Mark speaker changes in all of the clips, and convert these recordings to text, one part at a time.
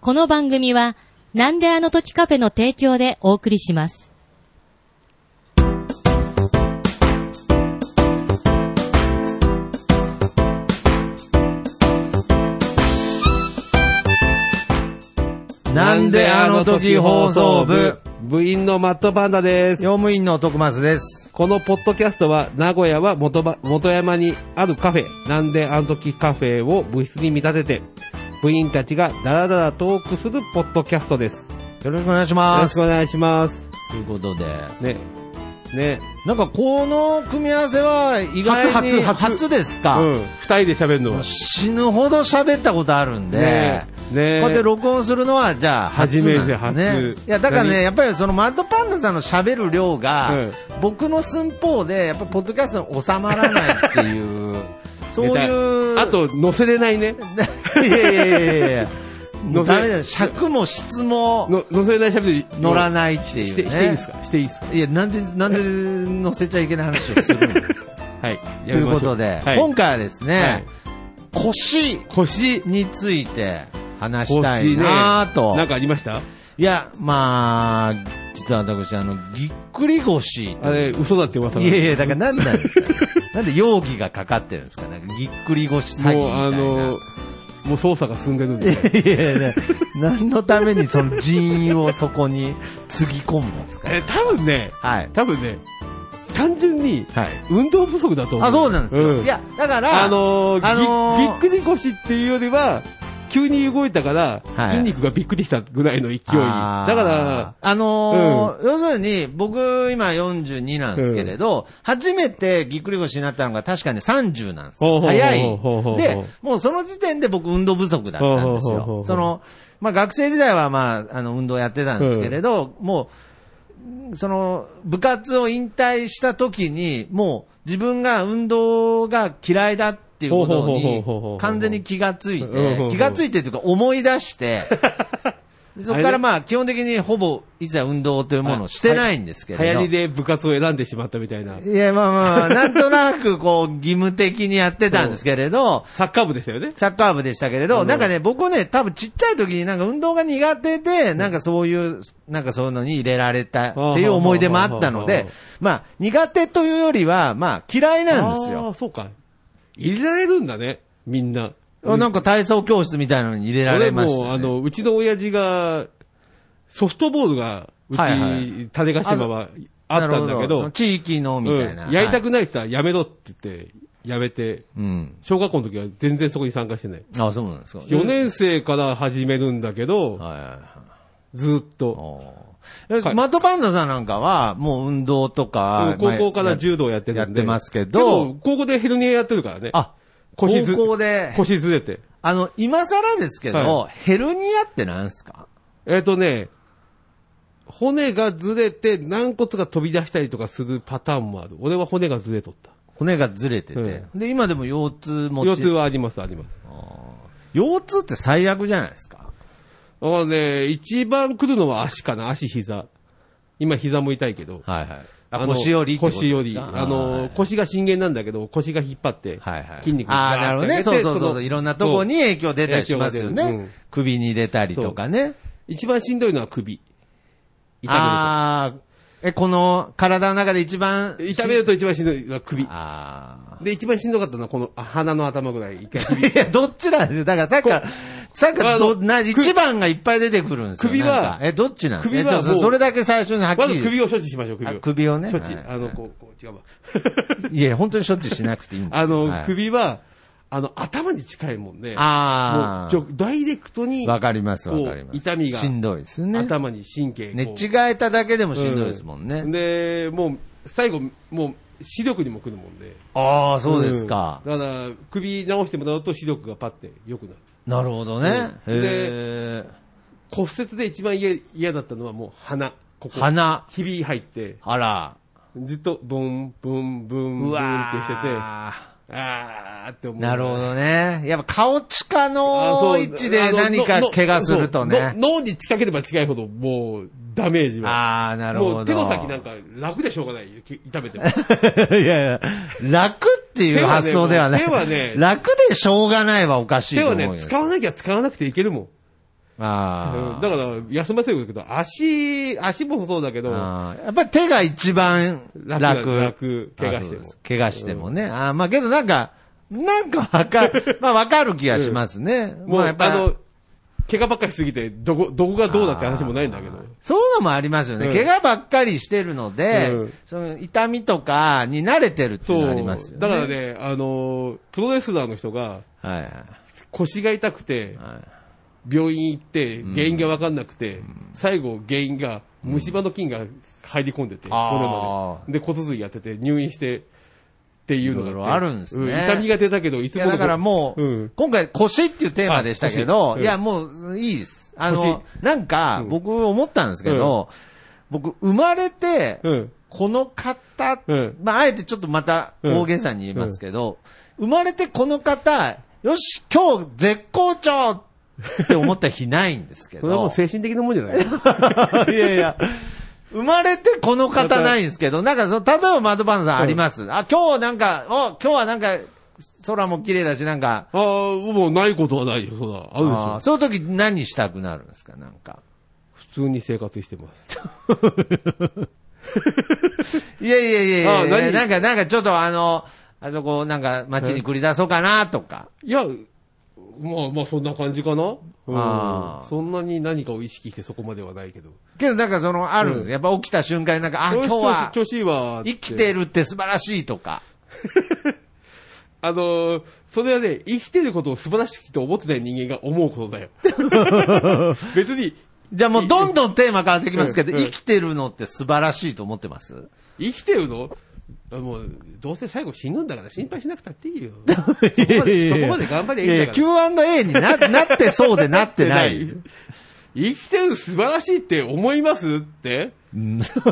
Speaker 1: この番組は、なんであの時カフェの提供でお送りします。
Speaker 2: なんであの時放送部、部員のマットパンダです。
Speaker 3: 用務員の徳松です。
Speaker 2: このポッドキャストは、名古屋は元ば元山にあるカフェ、なんであの時カフェを部室に見立てて、部員たちがダラダラトークするポッドキャストです。よ
Speaker 3: よろしくお願いし
Speaker 2: ろ
Speaker 3: ま
Speaker 2: し
Speaker 3: す。
Speaker 2: くお願いします。
Speaker 3: ということで、
Speaker 2: ね。ね。
Speaker 3: なんかこの組み合わせは意外に
Speaker 2: 初初初
Speaker 3: です
Speaker 2: う
Speaker 3: か、
Speaker 2: ん。二人で喋るのは。
Speaker 3: 死ぬほど喋ったことあるんで、
Speaker 2: ねえねえ
Speaker 3: こうやって録音するのはじゃあ初なんです
Speaker 2: 初めて初
Speaker 3: ね。いやだから
Speaker 2: 何
Speaker 3: ね、やっぱりそのマッドパンダさんの喋る量が、
Speaker 2: うん
Speaker 3: 僕の寸法でやっぱポッドキャストに収まらないって いう、そういう。
Speaker 2: あと、乗せれないね。
Speaker 3: いやいやいや いや。
Speaker 2: 乗せ
Speaker 3: ダメだよ。尺も質も
Speaker 2: の乗せれない喋り。
Speaker 3: 乗ら
Speaker 2: い。
Speaker 3: ないっていう、
Speaker 2: し
Speaker 3: ね。
Speaker 2: て、していいですかしていいですか
Speaker 3: いや、なんで、なんで乗せちゃいけない話をするんですか
Speaker 2: はい。
Speaker 3: ということで、
Speaker 2: はい、
Speaker 3: 今回はですね、
Speaker 2: はい
Speaker 3: 腰
Speaker 2: 腰。
Speaker 3: について話したい
Speaker 2: 腰ね。
Speaker 3: なぁと、
Speaker 2: なんかありました
Speaker 3: いや、まあ、実は私、あの、ぎっくり腰と
Speaker 2: あれ、嘘だって噂が
Speaker 3: いやいや、だから何なんですか なんで容疑がかかってるんですかなんかぎっくり腰詐欺みたい
Speaker 2: もう
Speaker 3: な。
Speaker 2: あの、もう捜査が進んでるんで。
Speaker 3: いやいやね、何のためにその人員をそこにつぎ込むんですか
Speaker 2: え、多分ね、
Speaker 3: はい。
Speaker 2: 多分ね、単純に
Speaker 3: はい。
Speaker 2: 運動不足だと思う。
Speaker 3: あ、そうなんですよ。
Speaker 2: ん
Speaker 3: いや、だから、
Speaker 2: あのー
Speaker 3: あのー
Speaker 2: ぎぎっくり腰っていうよりは、急に動いたから、
Speaker 3: はい
Speaker 2: 筋肉がびっくりしたぐらいの勢い。だ
Speaker 3: あー
Speaker 2: から、、
Speaker 3: あのー要するに、僕、今42なんですけれど、初めてぎっくり腰になったのが確かに30なんです
Speaker 2: ほう
Speaker 3: よ。
Speaker 2: ほう
Speaker 3: 早い
Speaker 2: ほうほうほう。
Speaker 3: で、もうその時点で僕、運動不足だったんです
Speaker 2: ほうほうほうほ
Speaker 3: よ
Speaker 2: う。
Speaker 3: その、まあ、学生時代は、まあ、あの、運動やってたんですけれど、もう、その、部活を引退した時に、もう、自分が運動が嫌いだっていうこと
Speaker 2: ほうほうほうほうほうほ
Speaker 3: に
Speaker 2: う、
Speaker 3: 完全に気がつい
Speaker 2: うんうんうん
Speaker 3: て、気がついてというか思い出して、でそこからまあ、基本的にほぼ一切運動というものをしてないんですけ
Speaker 2: 流
Speaker 3: れど。
Speaker 2: 行りで部活を選んでしまったみたいな。
Speaker 3: いや、まあまあ まあ、なんとなくこう、義務的にやってたんですけれど、
Speaker 2: サッカー部でしたよね。
Speaker 3: サッカー部でしたけれ
Speaker 2: あの
Speaker 3: ど、なんかね、僕ね、多分ちっちゃい時になんか運動が苦手で、なんかそういう、なんかそういうのに入れられたっていう思い出もあったので、まあ、苦手というよりは、まあ、嫌いなんです
Speaker 2: あ
Speaker 3: よ。
Speaker 2: あ、そうか。入れられるんだね、みんな。
Speaker 3: なんか体操教室みたいなのに入れられまし
Speaker 2: 俺も、
Speaker 3: た、
Speaker 2: あ
Speaker 3: ね。
Speaker 2: の、うちの親父が、ソフトボールが、うち、
Speaker 3: はいはい
Speaker 2: 種子島はあったんだ
Speaker 3: な
Speaker 2: け
Speaker 3: るほそ
Speaker 2: ど
Speaker 3: の、地域のみたいな。
Speaker 2: うんやりた
Speaker 3: はい
Speaker 2: くないって言ったらやめろって言って、やめて、
Speaker 3: うん。
Speaker 2: 小学校の時は全然そこに参加してない。
Speaker 3: あ、そうなんですか。
Speaker 2: 4年生から始めるんだけど、
Speaker 3: はいはいはい。
Speaker 2: ずっと。
Speaker 3: え
Speaker 2: はい
Speaker 3: マットパンダさんなんかは、もう運動とか
Speaker 2: で、も高校か
Speaker 3: ま
Speaker 2: ら
Speaker 3: あ
Speaker 2: 柔道やってたんで。
Speaker 3: やってますけど
Speaker 2: 高校でヘルニアやってるからね。
Speaker 3: あ、
Speaker 2: 腰ず
Speaker 3: 高校で、
Speaker 2: 腰ずれて。
Speaker 3: あの、今更ですけど、
Speaker 2: は
Speaker 3: ヘルニアってなんすか
Speaker 2: えっ、とね、骨がずれて軟骨が飛び出したりとかするパターンもある。俺は骨がずれとった。
Speaker 3: 骨がずれてて、
Speaker 2: う
Speaker 3: で、今でも腰痛持ち。
Speaker 2: 腰痛はあります、あります。
Speaker 3: 腰痛って最悪じゃないですか。
Speaker 2: だからね、一番来るのは足かな、足、膝。今膝も痛いけど。
Speaker 3: はいはい。
Speaker 2: あ
Speaker 3: あ
Speaker 2: の
Speaker 3: 腰よりってことですか
Speaker 2: 腰より。あ
Speaker 3: は
Speaker 2: の
Speaker 3: い、
Speaker 2: 腰が震源なんだけど、腰が引っ張って
Speaker 3: はいはい、
Speaker 2: 筋肉
Speaker 3: ああ、なるほどね。そうそうそう。いろんなとこ。
Speaker 2: ガーッて上げてその
Speaker 3: に影響出たりしますよね。
Speaker 2: 影響が出るうん
Speaker 3: 首に出たりとかね。
Speaker 2: 一番しんどいのは首。痛
Speaker 3: ああ、え、この体の中で一番
Speaker 2: めると。。痛めると一番しんどいのは首。
Speaker 3: あ
Speaker 2: で、一番しんどかったのはこのあ鼻の頭ぐらい。一回
Speaker 3: あ。いや、どっちなんですよ。だからさっきから、さっきからど
Speaker 2: あの
Speaker 3: な、
Speaker 2: く
Speaker 3: 一番がいっぱい出てくるんですよ。
Speaker 2: 首は
Speaker 3: なんかえ、どっちなんですか
Speaker 2: 首は
Speaker 3: えちょっと
Speaker 2: もう
Speaker 3: それだけ最初にはっ
Speaker 2: ま
Speaker 3: き
Speaker 2: ず
Speaker 3: り。
Speaker 2: 首を処置しましょう、首を。
Speaker 3: あ首をね
Speaker 2: 処置。
Speaker 3: はい
Speaker 2: あの、こう、こう違うわ。
Speaker 3: いや、本当にしょっちゅうしなくていいんですよ。
Speaker 2: あの、
Speaker 3: はい
Speaker 2: 首は、あの、頭に近いもんね。
Speaker 3: あ
Speaker 2: もうちょダイレクトに、
Speaker 3: あ。わかります、
Speaker 2: こう
Speaker 3: わかります。
Speaker 2: 痛みが
Speaker 3: しんどいですね。
Speaker 2: 頭に神経こう
Speaker 3: 寝違えただけでもしんどいですもんね。
Speaker 2: うで、もう、最後、もう、視力にも来るもんで。
Speaker 3: ああ、そうですか。
Speaker 2: うんだから、首直してもらうと視力がパッて良くなる。
Speaker 3: なるほどね。
Speaker 2: うん
Speaker 3: へえ。
Speaker 2: 骨折で一番嫌嫌だったのはもう鼻。ここ。。
Speaker 3: 鼻。
Speaker 2: ひび入って、
Speaker 3: あら。
Speaker 2: ずっとブン、ブン、ブン、ブンってしてて、あーって思う。
Speaker 3: なるほどね。やっぱ顔近の位置で何か怪我するとね。
Speaker 2: 脳に近ければ近いほど、もう、ダメージは。
Speaker 3: ああ、なるほど。
Speaker 2: もう手の先なんか楽でしょうがないよ、き痛めて も。
Speaker 3: いやいや、楽っていう発想ではない。
Speaker 2: 手はねもう手はね
Speaker 3: 楽でしょうがないはおかしい
Speaker 2: 手
Speaker 3: と思
Speaker 2: は
Speaker 3: うよ。
Speaker 2: ね、使わなきゃ使わなくていけるもん。
Speaker 3: あ
Speaker 2: うん
Speaker 3: あ。
Speaker 2: だから、休ませるけど、足、足もそうだけど、
Speaker 3: あーやっぱり手が一番
Speaker 2: 楽
Speaker 3: 楽。
Speaker 2: 楽怪我
Speaker 3: あ
Speaker 2: しても
Speaker 3: そうです怪我してもね。ああ、まあけどなんか、なんかわか る、まあわかる気がしますね。
Speaker 2: もう、
Speaker 3: まあやっぱり
Speaker 2: あの、怪我ばっかりしすぎて、どこ、どこがどうだって話もないんだけど。
Speaker 3: そういうのもありますよね。
Speaker 2: うん
Speaker 3: 怪我ばっかりしてるので、
Speaker 2: うん
Speaker 3: その痛みとかに慣れてるっていう
Speaker 2: そう。
Speaker 3: のありますよね。
Speaker 2: だから。ね、あの、プロレスラーの人が、
Speaker 3: はいは
Speaker 2: 腰が痛くて
Speaker 3: い、はい。
Speaker 2: 病院行って、原因が分かんなくて、最後原因が、虫歯の菌が入り込んでて、
Speaker 3: あー
Speaker 2: 骨まで。で、骨髄やってて、入院して、っていうのがって
Speaker 3: いろいろあるんですね
Speaker 2: う痛みが出たけど、い
Speaker 3: い
Speaker 2: つも
Speaker 3: や、
Speaker 2: の
Speaker 3: だからもう、
Speaker 2: うん
Speaker 3: 今回腰っていうテーマでしたけ
Speaker 2: あ
Speaker 3: ど、
Speaker 2: 腰うん
Speaker 3: いや、もういいです。あの、なん
Speaker 2: う
Speaker 3: か
Speaker 2: ん、
Speaker 3: 僕思ったんですけど、僕、生まれて、
Speaker 2: うん。
Speaker 3: この方、
Speaker 2: うん
Speaker 3: まあ、あえてちょっとまた大げさに言いますけど、生まれてこの方、よし、今日絶好調って思った日ないんですけ
Speaker 2: それはもう
Speaker 3: ど、
Speaker 2: 精神的なもんじゃない
Speaker 3: いやいや、生まれてこの方ないんですけど、なんかその、例えば窓バナさんあります。あ、今日なんか、お、今日はなんか、空も綺麗だし、なんか、
Speaker 2: ああ、もうないことはないよ、そうだ。あるでし
Speaker 3: あーその時何したくなるんですか、なんか。
Speaker 2: ょ。普通に生活してます。
Speaker 3: いやいやいやい
Speaker 2: あー
Speaker 3: や
Speaker 2: 何
Speaker 3: なんか、なんかちょっとあの、あそこなんか街に繰り出そうかなとか。
Speaker 2: いや、まあまあそんな感じかな。う
Speaker 3: あ
Speaker 2: ん。
Speaker 3: ー
Speaker 2: そんなに何かを意識してそこまではないけど。
Speaker 3: けどなんかその、あるんです、やっぱ起きた瞬間になんか、あ、
Speaker 2: よ
Speaker 3: 今
Speaker 2: し
Speaker 3: 日は
Speaker 2: 調子調子いいわって。
Speaker 3: 生きてるって素晴らしいとか。
Speaker 2: あのーそれはね、生きてることを素晴らしいと思ってない人間が思うことだよ。 別に、
Speaker 3: じゃあもうどんどんテーマ変わってきますけど、
Speaker 2: うんうん
Speaker 3: 生きてるのって素晴らしいと思ってます
Speaker 2: 生きてるのあもう、どうせ最後死ぬんだから心配しなくたってい いよ。
Speaker 3: そ
Speaker 2: こまでそこまで頑張りゃいいんだから
Speaker 3: Q&A にななってそうでなってない。
Speaker 2: 生きてる素晴らしいって思いますって
Speaker 3: うん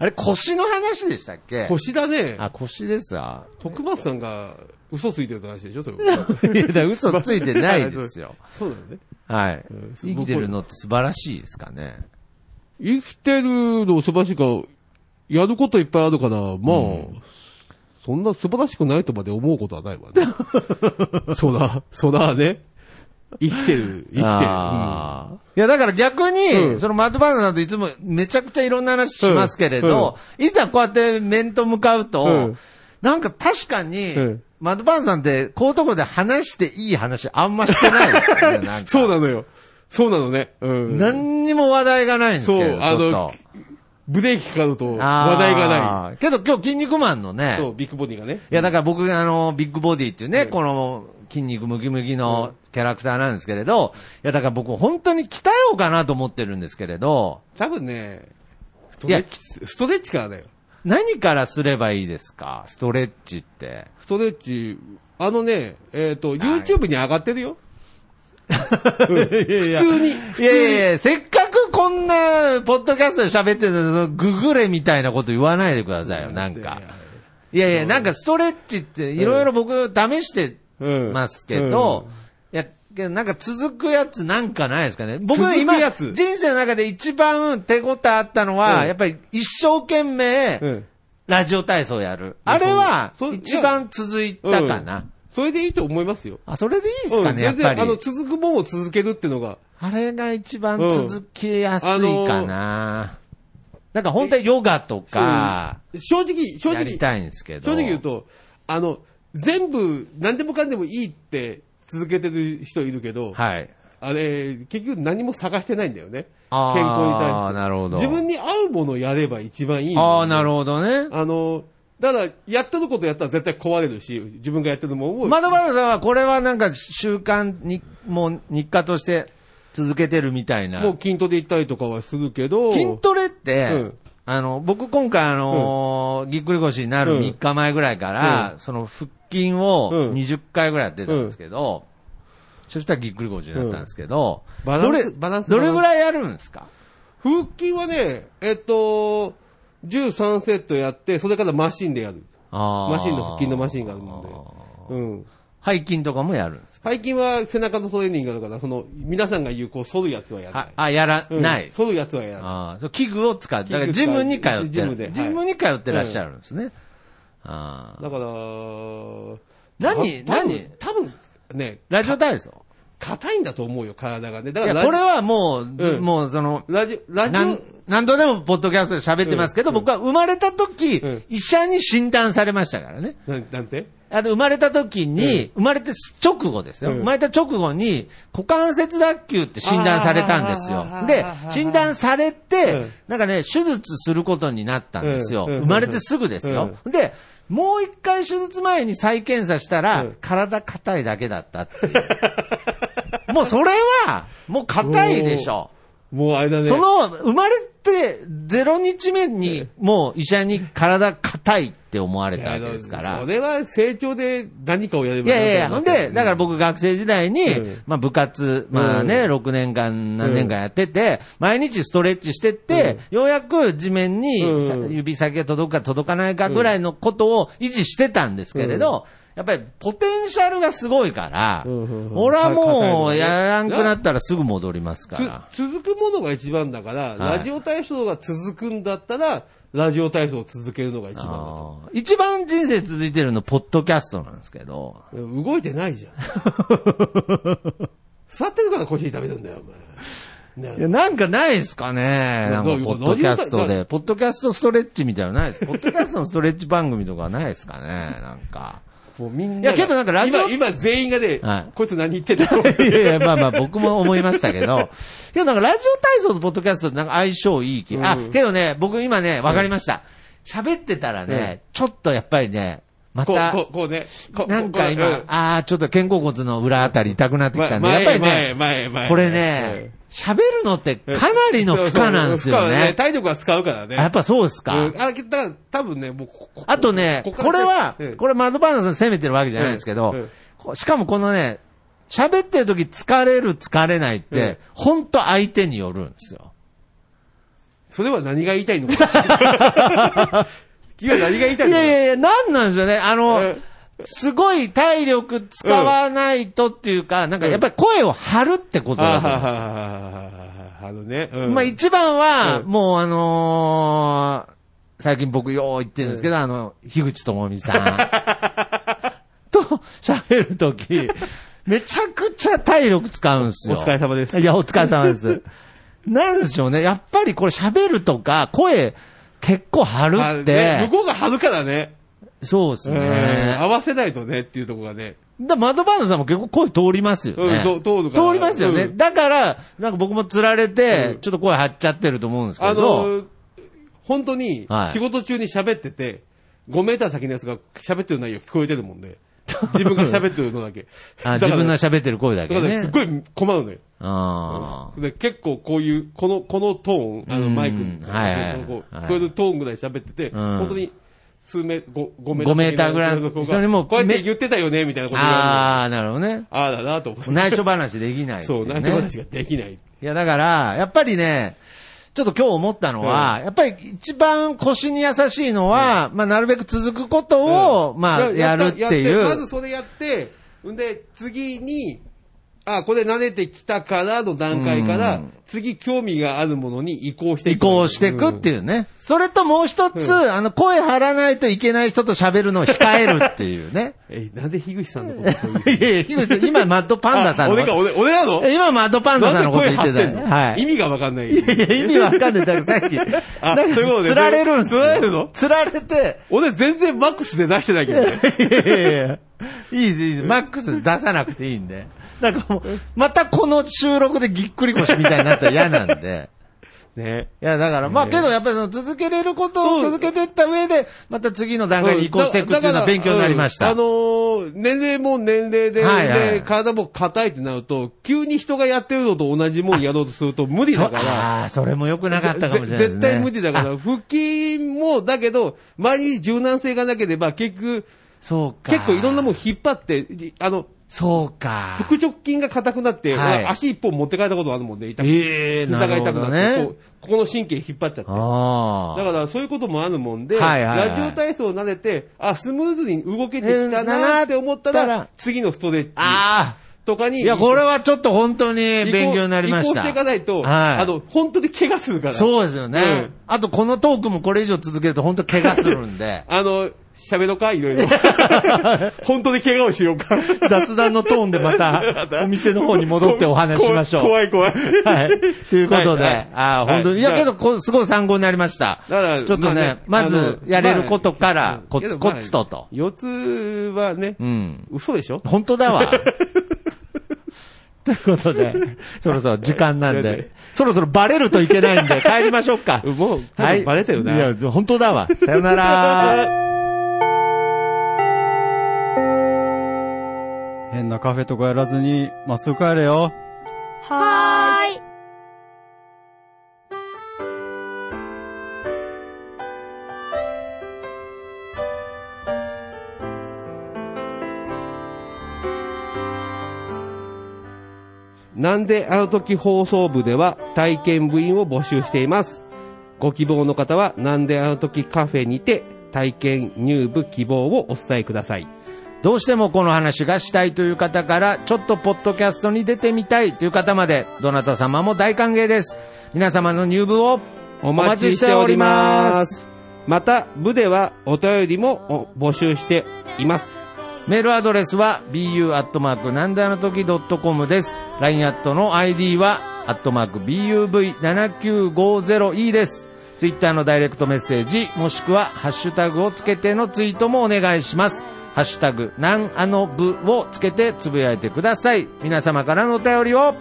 Speaker 3: あれ、腰の話でしたっけ
Speaker 2: 腰だね。
Speaker 3: あ、腰ですわ。
Speaker 2: 徳松さんが嘘ついてるって話でしょそ れは
Speaker 3: いや、だから嘘ついてないですよ。
Speaker 2: そうだよね。
Speaker 3: はい
Speaker 2: うん。
Speaker 3: 生きてるのって素晴らしいですかね。
Speaker 2: 生きてるの素晴らしいか、やることいっぱいあるから、まあ、そんな素晴らしくないとまで思うことはないわ ね。そうだ、そうだね。生きてる、生きてる。
Speaker 3: あーいや、だから逆に、
Speaker 2: うん
Speaker 3: そのマッドバナナだといつもめちゃくちゃいろんな話しますけれど、いざこうやって面と向かうと、
Speaker 2: うん
Speaker 3: なんか確かに、
Speaker 2: うん
Speaker 3: マッドバナナさんってこういうとこで話していい話あんましてないですよ ね、なん
Speaker 2: うん
Speaker 3: か
Speaker 2: そうなのよ。そうなのね。うん。
Speaker 3: 何にも話題がないんですけど、
Speaker 2: そうあの
Speaker 3: ちょっと
Speaker 2: ブレーキかかると
Speaker 3: あー
Speaker 2: 話題がな
Speaker 3: けど今日筋肉マンの
Speaker 2: い。そう、
Speaker 3: ね、
Speaker 2: ビッグボディがね。
Speaker 3: いやだから僕あの、ビッグボディっていうね、
Speaker 2: ん
Speaker 3: この筋肉ムキムキのキャラクターなんですけれど、いやだから僕本当に鍛えようかなと思ってるんですけれど、
Speaker 2: 多分ね、ストレッチ、ストレッチからだよ。
Speaker 3: 何からすればいいですかストレッチって。
Speaker 2: ストレッチ、あのね、えっ、と、
Speaker 3: はい
Speaker 2: YouTube に上がってる よ。
Speaker 3: 普
Speaker 2: 普通に
Speaker 3: いやいやいや、せっかくこんな、ポッドキャストで喋ってるのに、ググれみたいなこと言わないでくださいよ、なんか。いやいや、なんかストレッチって、いろいろ僕、試して
Speaker 2: うん。
Speaker 3: ますけ
Speaker 2: う
Speaker 3: ど
Speaker 2: ん、
Speaker 3: いや、けどなんか続くやつなんかないですかね。僕
Speaker 2: 続く
Speaker 3: 今、
Speaker 2: やつ
Speaker 3: 人生の中で一番手応えあったのは、
Speaker 2: うん
Speaker 3: やっぱり一生懸命、
Speaker 2: うん。
Speaker 3: ラジオ体操やる。あれは
Speaker 2: そう、
Speaker 3: 一番続いたかな。
Speaker 2: それでいいと思いますよ。
Speaker 3: あ、それでいいですか
Speaker 2: うん
Speaker 3: ね、やっぱり。
Speaker 2: あの、続くもんを続けるってのが、
Speaker 3: あれが一番続きやすいかな。
Speaker 2: うんあ
Speaker 3: なんか本当はヨガとか、
Speaker 2: 正直、正
Speaker 3: や
Speaker 2: 直、
Speaker 3: り
Speaker 2: 正
Speaker 3: たいんですけど。
Speaker 2: 直言うと、あの、全部、何でもかんでもいいって続けてる人いるけど、
Speaker 3: はい。
Speaker 2: あれ、結局何も探してないんだよね。
Speaker 3: あー
Speaker 2: 健康に対して。
Speaker 3: なるほど
Speaker 2: 自分に合うものをやれば一番いいんだよね
Speaker 3: ああ、なるほどね。
Speaker 2: あの、だから、やってることやったら絶対壊れるし、自分がやってるもんを。
Speaker 3: 窓原さんはこれはなんか習慣に、もう日課として続けてるみたいな。
Speaker 2: もう筋トレ行ったりとかはするけど。
Speaker 3: 筋トレって、
Speaker 2: うん
Speaker 3: あの、僕今回あのーぎっくり腰になる3日前ぐらいから、
Speaker 2: う
Speaker 3: その腹筋を
Speaker 2: うん
Speaker 3: 20回ぐらいやってたんですけど、そしたらぎっくり腰になったんですけど、
Speaker 2: うんバラ
Speaker 3: ど
Speaker 2: ンス
Speaker 3: れ、
Speaker 2: バランス
Speaker 3: どれぐらいやるんですか
Speaker 2: 腹筋はね、えっと、13セットやって、それからマシンでやる。マ
Speaker 3: マ
Speaker 2: シンの腹筋のマシンがあるので。うん。
Speaker 3: 背筋とかもやるんですか
Speaker 2: 背筋は背中のトレーニングだから、その、皆さんが言う、こう、反るやつはやらな
Speaker 3: あ
Speaker 2: い、。
Speaker 3: あやら
Speaker 2: うん
Speaker 3: ない。
Speaker 2: 反るやつはやらない。
Speaker 3: ああ、そう、器具を使って、だから
Speaker 2: 器
Speaker 3: ジ
Speaker 2: 具使
Speaker 3: ム
Speaker 2: う
Speaker 3: に通って
Speaker 2: ジム
Speaker 3: る。
Speaker 2: ではい
Speaker 3: ジムに通ってらっしゃるんですね。ああ。
Speaker 2: だから、
Speaker 3: 何
Speaker 2: た
Speaker 3: 何
Speaker 2: 多分、多分ね、
Speaker 3: ラジオ体操
Speaker 2: 硬いんだと思うよ、体がね。だ
Speaker 3: い
Speaker 2: から
Speaker 3: や、
Speaker 2: ラジ、
Speaker 3: これはもう、ず
Speaker 2: うん
Speaker 3: もうその、
Speaker 2: ラジ、ラジ
Speaker 3: なん何度でもポッドキャストで喋ってますけど、
Speaker 2: うん
Speaker 3: 僕は生まれた時、
Speaker 2: うん
Speaker 3: 医者に診断されましたからね。
Speaker 2: オ、なんなんて
Speaker 3: あと生まれた時に、生まれて直後ですよ、
Speaker 2: うん
Speaker 3: 生まれた直後に、股関節脱臼って診断されたんですよ
Speaker 2: あー。
Speaker 3: で、診断されて、
Speaker 2: うん
Speaker 3: なんかね、手術することになったんですよ。
Speaker 2: うんうん
Speaker 3: 生まれてすぐですよ。で、もう一回手術前に再検査したら、
Speaker 2: うん
Speaker 3: 体硬いだけだったっていう。もうそれは、もう硬いでしょ。
Speaker 2: もうあれだね。
Speaker 3: その、生まれて0日目に、もう医者に体硬いって思われ
Speaker 2: い
Speaker 3: たわ
Speaker 2: や、
Speaker 3: けですから。
Speaker 2: それは成長で何かをやれ
Speaker 3: い
Speaker 2: ば
Speaker 3: やいやいや、ほんで、だから
Speaker 2: 僕、
Speaker 3: 僕学生時代に、
Speaker 2: うん
Speaker 3: まあ部活、まあね、
Speaker 2: う
Speaker 3: 6年間、何年間やってて、毎日ストレッチしてって、ようやく地面に
Speaker 2: うん
Speaker 3: さ指先が届くか届かないかぐらいのことを維持してたんですけれど、やっぱりポテンシャルがすごいから、
Speaker 2: うんうんうん
Speaker 3: 俺はもう
Speaker 2: 硬いのね
Speaker 3: やらんくなったらすぐ戻りますか
Speaker 2: つ
Speaker 3: ら。
Speaker 2: 続くものが一番だから、
Speaker 3: はい
Speaker 2: ラジオ体操が続くんだったら、ラジオ体操を続けるのが一番だと。
Speaker 3: あー一番人生続いてるの、ポッドキャストなんですけど、
Speaker 2: 動いてな いじゃん。座ってるから腰痛めるんだよ、お前。
Speaker 3: い
Speaker 2: ね
Speaker 3: や、なんかないですかね。なんか、
Speaker 2: どういう
Speaker 3: ポ
Speaker 2: こと
Speaker 3: ッドキャスト
Speaker 2: どうい
Speaker 3: で。ポッドキャストストレッチみたいなのないです。ポッドキャストのストレッチ番組とかはないですかね。なんか。
Speaker 2: もうみん
Speaker 3: いや、
Speaker 2: なが。
Speaker 3: けどなんかラジオ
Speaker 2: 今、今全員がね、
Speaker 3: はい
Speaker 2: こいつ何言ってんだ ろう。
Speaker 3: いやいや、まあまあ僕も思いましたけ ど。けどなんかラジオ体操とポッドキャストってなんか相性いい気、あ
Speaker 2: うん、
Speaker 3: けどね、僕今ね、わかりました。喋ってたらね、ちょっとやっぱりね、ま
Speaker 2: こう、
Speaker 3: た、
Speaker 2: こう、こうね。こう
Speaker 3: なんか今、
Speaker 2: こう
Speaker 3: ああ、ちょっと肩甲骨の裏あたり痛くなって
Speaker 2: うん
Speaker 3: きたんで、
Speaker 2: ま
Speaker 3: やっぱり
Speaker 2: 前、前、
Speaker 3: ね、
Speaker 2: 前、前。
Speaker 3: これ
Speaker 2: うん
Speaker 3: ね、喋るのってかなりの負荷なんです
Speaker 2: そう
Speaker 3: よ
Speaker 2: そう負荷は
Speaker 3: ね。
Speaker 2: 体力は使うからね。
Speaker 3: やっぱそうですか。
Speaker 2: うんあ、けだから、多分ね、もうこ、こ
Speaker 3: あとね、
Speaker 2: ここ
Speaker 3: これは、こ
Speaker 2: れ
Speaker 3: れ窓バーナーさん責めてるわけじゃないですけ
Speaker 2: うんう
Speaker 3: ど
Speaker 2: ん、
Speaker 3: こうしかもこのね、喋ってる時疲れる疲れないっ
Speaker 2: うん
Speaker 3: て、ほんと相手によるんですよ。
Speaker 2: それは何が言いたいのか。君は何が言い
Speaker 3: いや
Speaker 2: たい
Speaker 3: い
Speaker 2: のか。
Speaker 3: やいや、なんなんでしょうね。あ
Speaker 2: う
Speaker 3: の
Speaker 2: ん、
Speaker 3: すごい体力使わないとっていうか、なんかやっぱり声を張るってこと
Speaker 2: あ
Speaker 3: だと
Speaker 2: は
Speaker 3: 思うん
Speaker 2: は
Speaker 3: ですよ
Speaker 2: ははあのね。うん
Speaker 3: まあ一番は、
Speaker 2: うん
Speaker 3: もうあのー最近僕よう言ってるんですけど、あの、樋口智美さん と喋るとき、めちゃくちゃ体力使うんです
Speaker 2: お
Speaker 3: よ。
Speaker 2: 疲れ様です。
Speaker 3: いや、お疲れ様です。なんでしょうね。やっぱりこれ喋るとか、声結構張
Speaker 2: あ
Speaker 3: るっ
Speaker 2: ね
Speaker 3: て
Speaker 2: 向、こうが張るからね。
Speaker 3: そうです
Speaker 2: うん合
Speaker 3: ね。
Speaker 2: わせないとねっていうところがね。
Speaker 3: だマドバーナさんも結構声通りますよ
Speaker 2: う
Speaker 3: ね
Speaker 2: ん。そう通るから
Speaker 3: 通りますよね。
Speaker 2: うん
Speaker 3: だから、なんか僕も釣られ
Speaker 2: う
Speaker 3: て
Speaker 2: ん、
Speaker 3: ちょっと声張っちゃってると思うんですけ
Speaker 2: あ
Speaker 3: ど。
Speaker 2: の、本当に
Speaker 3: はい。
Speaker 2: 仕事中に喋ってて、5メーター先のやつが喋ってる内容聞こえてるもんで、自分が喋ってるのだけ
Speaker 3: あ
Speaker 2: だから
Speaker 3: 自分の喋ってる声だ
Speaker 2: だ
Speaker 3: け
Speaker 2: か
Speaker 3: ね。
Speaker 2: らね、すっごい困るのよ。
Speaker 3: あ
Speaker 2: で結構こういう、この、このトーン、あの
Speaker 3: うん
Speaker 2: マイクに、
Speaker 3: はいはいはい
Speaker 2: こう聞こえるトーンぐらい喋ってて、
Speaker 3: ん
Speaker 2: 本当に数メ、5,
Speaker 3: 5メーターぐらいの
Speaker 2: こ
Speaker 3: 人にも
Speaker 2: うやって
Speaker 3: め
Speaker 2: 言ってたよね、みたいな
Speaker 3: あ。
Speaker 2: ことがあ
Speaker 3: ああ、なるほどね。
Speaker 2: るのああだなと思って。
Speaker 3: 内緒話できないってい
Speaker 2: そうう、
Speaker 3: ね、
Speaker 2: 内緒話ができない。
Speaker 3: いや、だから、やっぱりね、ちょっと今日思ったのは、やっぱり一番腰に優しいのは、まあ、なるべく続くことを、
Speaker 2: うん
Speaker 3: まあ、
Speaker 2: いや
Speaker 3: やるって
Speaker 2: や
Speaker 3: い
Speaker 2: やまず
Speaker 3: う。
Speaker 2: それやって、んで、次に、あ、これ慣れてきたからの段階か
Speaker 3: う
Speaker 2: ら、
Speaker 3: ん
Speaker 2: 次興味があるものに移行してい
Speaker 3: 移
Speaker 2: く
Speaker 3: 行していくっていうね。それともう一つ、あの、声張らないといけない人と喋るのを控えるっていうね。
Speaker 2: え、なんで樋口さんのこと そう いう。
Speaker 3: いやいや、樋口さん、今、マッドパンダさん
Speaker 2: あ
Speaker 3: の
Speaker 2: 俺
Speaker 3: こ
Speaker 2: か、俺、俺なの
Speaker 3: と。今、マッドパンダさんのこと言ってた
Speaker 2: なんで声張
Speaker 3: よね。
Speaker 2: ってんの
Speaker 3: はい。
Speaker 2: 意味がわかんない。
Speaker 3: い や、意味わかんない。だからさっき。
Speaker 2: あ
Speaker 3: なんか
Speaker 2: そういうことね
Speaker 3: 釣られるんすよ
Speaker 2: 釣られるの
Speaker 3: 釣られて。
Speaker 2: 俺全然マックスで出してないけど ね。
Speaker 3: いやいやいや。いいです、いいです。マックス出さなくていいんで。なんかもう、またこの収録でぎっくり腰みたいになったら嫌なん で。
Speaker 2: ね。
Speaker 3: いや、だから、まあ
Speaker 2: ね
Speaker 3: けどやっぱりその続けれることを
Speaker 2: そう
Speaker 3: 続けていった上で、また次の段階に移行していくっていうのは勉強になりまし
Speaker 2: うん
Speaker 3: た
Speaker 2: あ。のー年齢も年齢で、
Speaker 3: はいはい
Speaker 2: で体も硬いってなると、急に人がやってるのと同じもんやろうとすると無理だから。
Speaker 3: ああー、それも良くなかったかもしれないですね。
Speaker 2: 絶対無理だか
Speaker 3: あ。
Speaker 2: ら、腹筋もだけど、周りに柔軟性がなければ、結局、
Speaker 3: そうか。
Speaker 2: 結構いろんなもん。引っ張って、いあの、
Speaker 3: そうか。
Speaker 2: 腹直筋が硬くなって、
Speaker 3: はい
Speaker 2: 俺足一本持ってかれたことあるもんで、痛く
Speaker 3: ええー、な
Speaker 2: 膝が
Speaker 3: るほ
Speaker 2: 痛
Speaker 3: ど
Speaker 2: くなって、そ
Speaker 3: ね
Speaker 2: う。ここの神経引っ張っちゃって。
Speaker 3: ああ。
Speaker 2: だからそういうこともあるもんで、
Speaker 3: はいはいはい
Speaker 2: ラジオ体操を慣れて、あ、スムーズに動けてきたなーって思った
Speaker 3: うんなー
Speaker 2: ら、
Speaker 3: ったら
Speaker 2: 次のストレッチ
Speaker 3: ああ。
Speaker 2: とかに。
Speaker 3: いや、これはちょっと本当に
Speaker 2: 移行、
Speaker 3: 勉強になりまし
Speaker 2: 移行して
Speaker 3: た
Speaker 2: い。かないと、
Speaker 3: はい
Speaker 2: あの、本当に怪我するから。
Speaker 3: そうですよね、
Speaker 2: うん 。
Speaker 3: あとこのトークもこれ以上続けると本当怪我するんで
Speaker 2: あの、喋ろうかいろ いろ。本当に怪我をしようか。
Speaker 3: 雑談のトーンでま た、お店の方に戻ってお話ししましょう。
Speaker 2: こ怖い怖い。
Speaker 3: はい。ということで、
Speaker 2: はいはい
Speaker 3: ああ、
Speaker 2: はい
Speaker 3: 本当に。いや、
Speaker 2: はい
Speaker 3: けど、こうすごい参考になりました。
Speaker 2: だから
Speaker 3: ちょっとね、ま
Speaker 2: あ
Speaker 3: ず
Speaker 2: の、
Speaker 3: やれることから
Speaker 2: まあ、
Speaker 3: コツコツと
Speaker 2: けど
Speaker 3: と
Speaker 2: まあ。四つはね
Speaker 3: う、ん。
Speaker 2: 嘘でしょ
Speaker 3: 本当だ わ。ということで、そろそろ時間なん
Speaker 2: はいはい
Speaker 3: で、そろそろバレるといけないんで、帰りましょうか。
Speaker 2: もう、多分バレてるな。
Speaker 3: いや、本当だ わ。さよなら。
Speaker 4: 変なカフェとかやらずに、まっすぐ帰れよ。
Speaker 5: はーい。
Speaker 2: なんであの時放送部では体験部員を募集しています。ご希望の方は、なんであの時カフェにて体験入部希望をお伝えください。
Speaker 3: どうしてもこの話がしたいという方から、ちょっとポッドキャストに出てみたいという方まで、どなた様も大歓迎です。皆様の入部を
Speaker 2: お待ちしております。また、部ではお便りもお募集しています。
Speaker 3: メールアドレスは bu アットマークなんであの時ドットコムです。LINE アットの ID はアットマーク buv7950e です。ツイッターのダイレクトメッセージ、もしくはハッシュタグをつけてのツイートもお願いします。ハッシュタグ、なんあの部をつけてつぶやいてください。皆様からのお便りを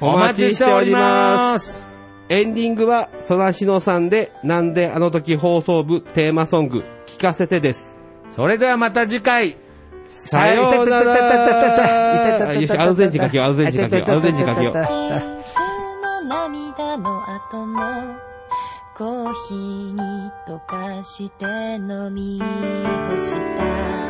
Speaker 3: お待ちしております。
Speaker 2: エンディングは、ソナシノさんで、なんであの時放送部テーマソング、聞かせてです。
Speaker 3: それではまた次回。
Speaker 2: さようならあよし、アルゼンチンかけよう、アルゼンチンかけよう、アルゼンチンかけよう。
Speaker 5: いつも涙の後もコーヒーに溶かして飲み干した